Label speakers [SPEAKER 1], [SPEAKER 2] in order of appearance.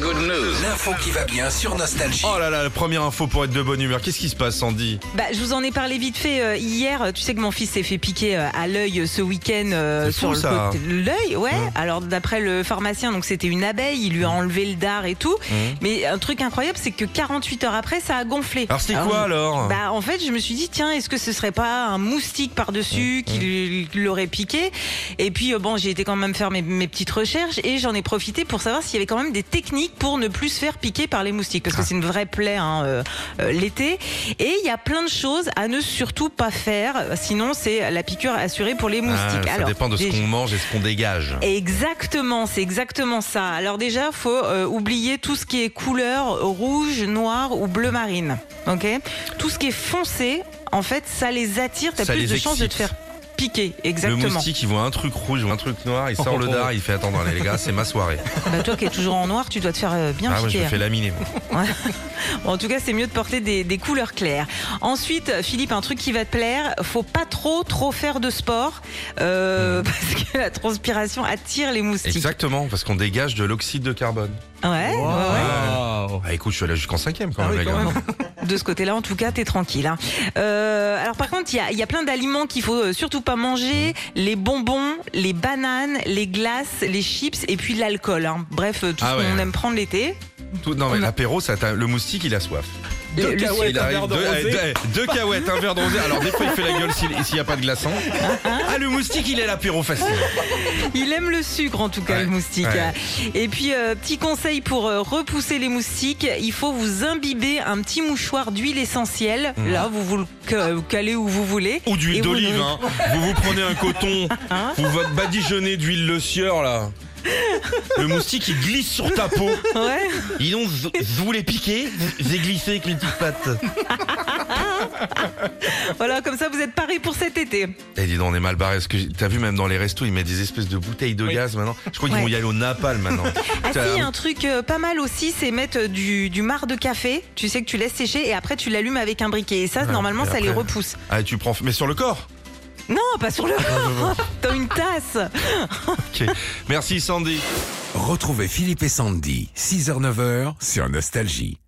[SPEAKER 1] Good news.
[SPEAKER 2] L'info qui va bien sur Nostalgie.
[SPEAKER 3] Oh là là, la première info pour être de bonne humeur. Qu'est-ce qui se passe, Sandy
[SPEAKER 4] Bah, je vous en ai parlé vite fait euh, hier. Tu sais que mon fils s'est fait piquer euh, à l'œil euh, ce week-end euh,
[SPEAKER 3] C'est
[SPEAKER 4] sur
[SPEAKER 3] fou,
[SPEAKER 4] le
[SPEAKER 3] ça. Mmh.
[SPEAKER 4] côté- l'œil. Ouais. Alors d'après le pharmacien, donc c'était une abeille. Il lui a enlevé le dard et tout.
[SPEAKER 3] Mmh.
[SPEAKER 4] Mais un truc incroyable, c'est que 48 heures après, ça a gonflé.
[SPEAKER 3] Alors c'est quoi alors
[SPEAKER 4] Bah, en fait, je me suis dit, tiens, est-ce que ce serait pas un moustique par-dessus qui lui- l'aurait piqué Et puis, euh, bon, j'ai été quand même faire mes, mes petites recherches et j'en ai profité pour savoir s'il y avait quand même des techniques pour ne plus se faire piquer par les moustiques,
[SPEAKER 3] Ah.
[SPEAKER 4] parce que c'est une vraie plaie hein, euh, euh, l'été. Et il y a plein de choses à ne surtout pas faire, sinon c'est la piqûre assurée pour les
[SPEAKER 3] Ah,
[SPEAKER 4] moustiques.
[SPEAKER 3] Ça
[SPEAKER 4] Alors,
[SPEAKER 3] dépend de ce
[SPEAKER 4] déjà-
[SPEAKER 3] qu'on mange et ce qu'on dégage.
[SPEAKER 4] Exactement, c'est exactement ça. Alors déjà, faut euh, oublier tout ce qui est couleur rouge, noir ou bleu marine. Ok, tout ce qui est foncé, en fait, ça les attire. T'as
[SPEAKER 3] Ça
[SPEAKER 4] plus
[SPEAKER 3] les
[SPEAKER 4] de chances de te
[SPEAKER 3] excite.
[SPEAKER 4] faire piquer.
[SPEAKER 3] Le
[SPEAKER 4] Exactement. Oh.
[SPEAKER 3] moustique, il voit un truc rouge ou un truc noir, il sort le dard, il fait attendre les gars, c'est ma soirée.
[SPEAKER 4] Bah, toi qui es toujours en noir, tu dois te faire euh, bien
[SPEAKER 3] Ah ouais, je
[SPEAKER 4] piquer.
[SPEAKER 3] me fais laminer. moi.
[SPEAKER 4] Bon, en tout cas, c'est mieux de porter des, des couleurs claires. Ensuite, Philippe, un truc qui va te plaire, faut pas trop trop faire de sport euh,
[SPEAKER 3] Hmm.
[SPEAKER 4] parce que la transpiration attire les moustiques.
[SPEAKER 3] Exactement, parce qu'on dégage de l'oxyde de carbone.
[SPEAKER 4] Ouais. Ah
[SPEAKER 3] Ah écoute, je suis allé jusqu'en cinquième quand même, les gars.
[SPEAKER 4] De ce côté-là, en tout cas, t'es tranquille. hein. Euh, alors par contre, il y a, il y a plein d'aliments qu'il faut euh, surtout pas manger
[SPEAKER 3] Mm.
[SPEAKER 4] les bonbons, les bananes, les glaces, les chips et puis l'alcool. hein. Bref, euh, tout
[SPEAKER 3] Ah
[SPEAKER 4] ce qu'on
[SPEAKER 3] ouais.
[SPEAKER 4] aime prendre l'été.
[SPEAKER 3] Tout- non mais
[SPEAKER 4] On a-
[SPEAKER 3] l'apéro, ça t'a- le moustique, il a soif.
[SPEAKER 4] Le- le-
[SPEAKER 3] Il arrive, deux, eh, deux- deux cahuètes, un verre de rosé. Alors des fois, il fait la gueule s'il s'il n'y a pas de glaçon. Ah le moustique, il est l'apéro facile.
[SPEAKER 4] il aime le sucre en tout cas,
[SPEAKER 3] Ouais.
[SPEAKER 4] le moustique.
[SPEAKER 3] Ouais.
[SPEAKER 4] Et puis, euh, petit conseil pour euh, repousser les moustiques, il faut vous imbiber un petit mouchoir d'huile essentielle. Là, vous vous le ca- calez où vous voulez.
[SPEAKER 3] Mm. Ou
[SPEAKER 4] Et
[SPEAKER 3] d'huile
[SPEAKER 4] vous Hein
[SPEAKER 3] d'olive,
[SPEAKER 4] le-
[SPEAKER 3] hein. Vous vous prenez un coton, vous votre badigeonnez d'huile le sieur, là. Le moustique, il glisse sur ta peau.
[SPEAKER 4] Ouais.
[SPEAKER 3] Ils ont, vous les piqué, j'ai glissé avec les petites pattes.
[SPEAKER 4] Voilà, comme ça, vous êtes parés pour cet été.
[SPEAKER 3] Eh, dis donc, on est mal barré. Parce que j'ai- t'as vu, même dans les restos, ils mettent des espèces de bouteilles de gaz maintenant. Je crois qu'ils
[SPEAKER 4] Ouais.
[SPEAKER 3] vont y aller au napalm maintenant.
[SPEAKER 4] Ah si,
[SPEAKER 3] T'as-
[SPEAKER 4] il y a un truc euh, pas mal aussi, c'est mettre euh, du, du marc de café. Tu sais que tu laisses sécher et après tu l'allumes avec un briquet. Et ça,
[SPEAKER 3] Ouais,
[SPEAKER 4] normalement,
[SPEAKER 3] et
[SPEAKER 4] ça les
[SPEAKER 3] après-
[SPEAKER 4] repousse.
[SPEAKER 3] Ah, tu prends. Mais sur le corps
[SPEAKER 4] Non, pas sur
[SPEAKER 3] Ah,
[SPEAKER 4] le corps, dans une tasse.
[SPEAKER 3] Ok. Merci, Sandy.
[SPEAKER 2] Retrouvez Philippe et Sandy, 6h-9h sur Nostalgie.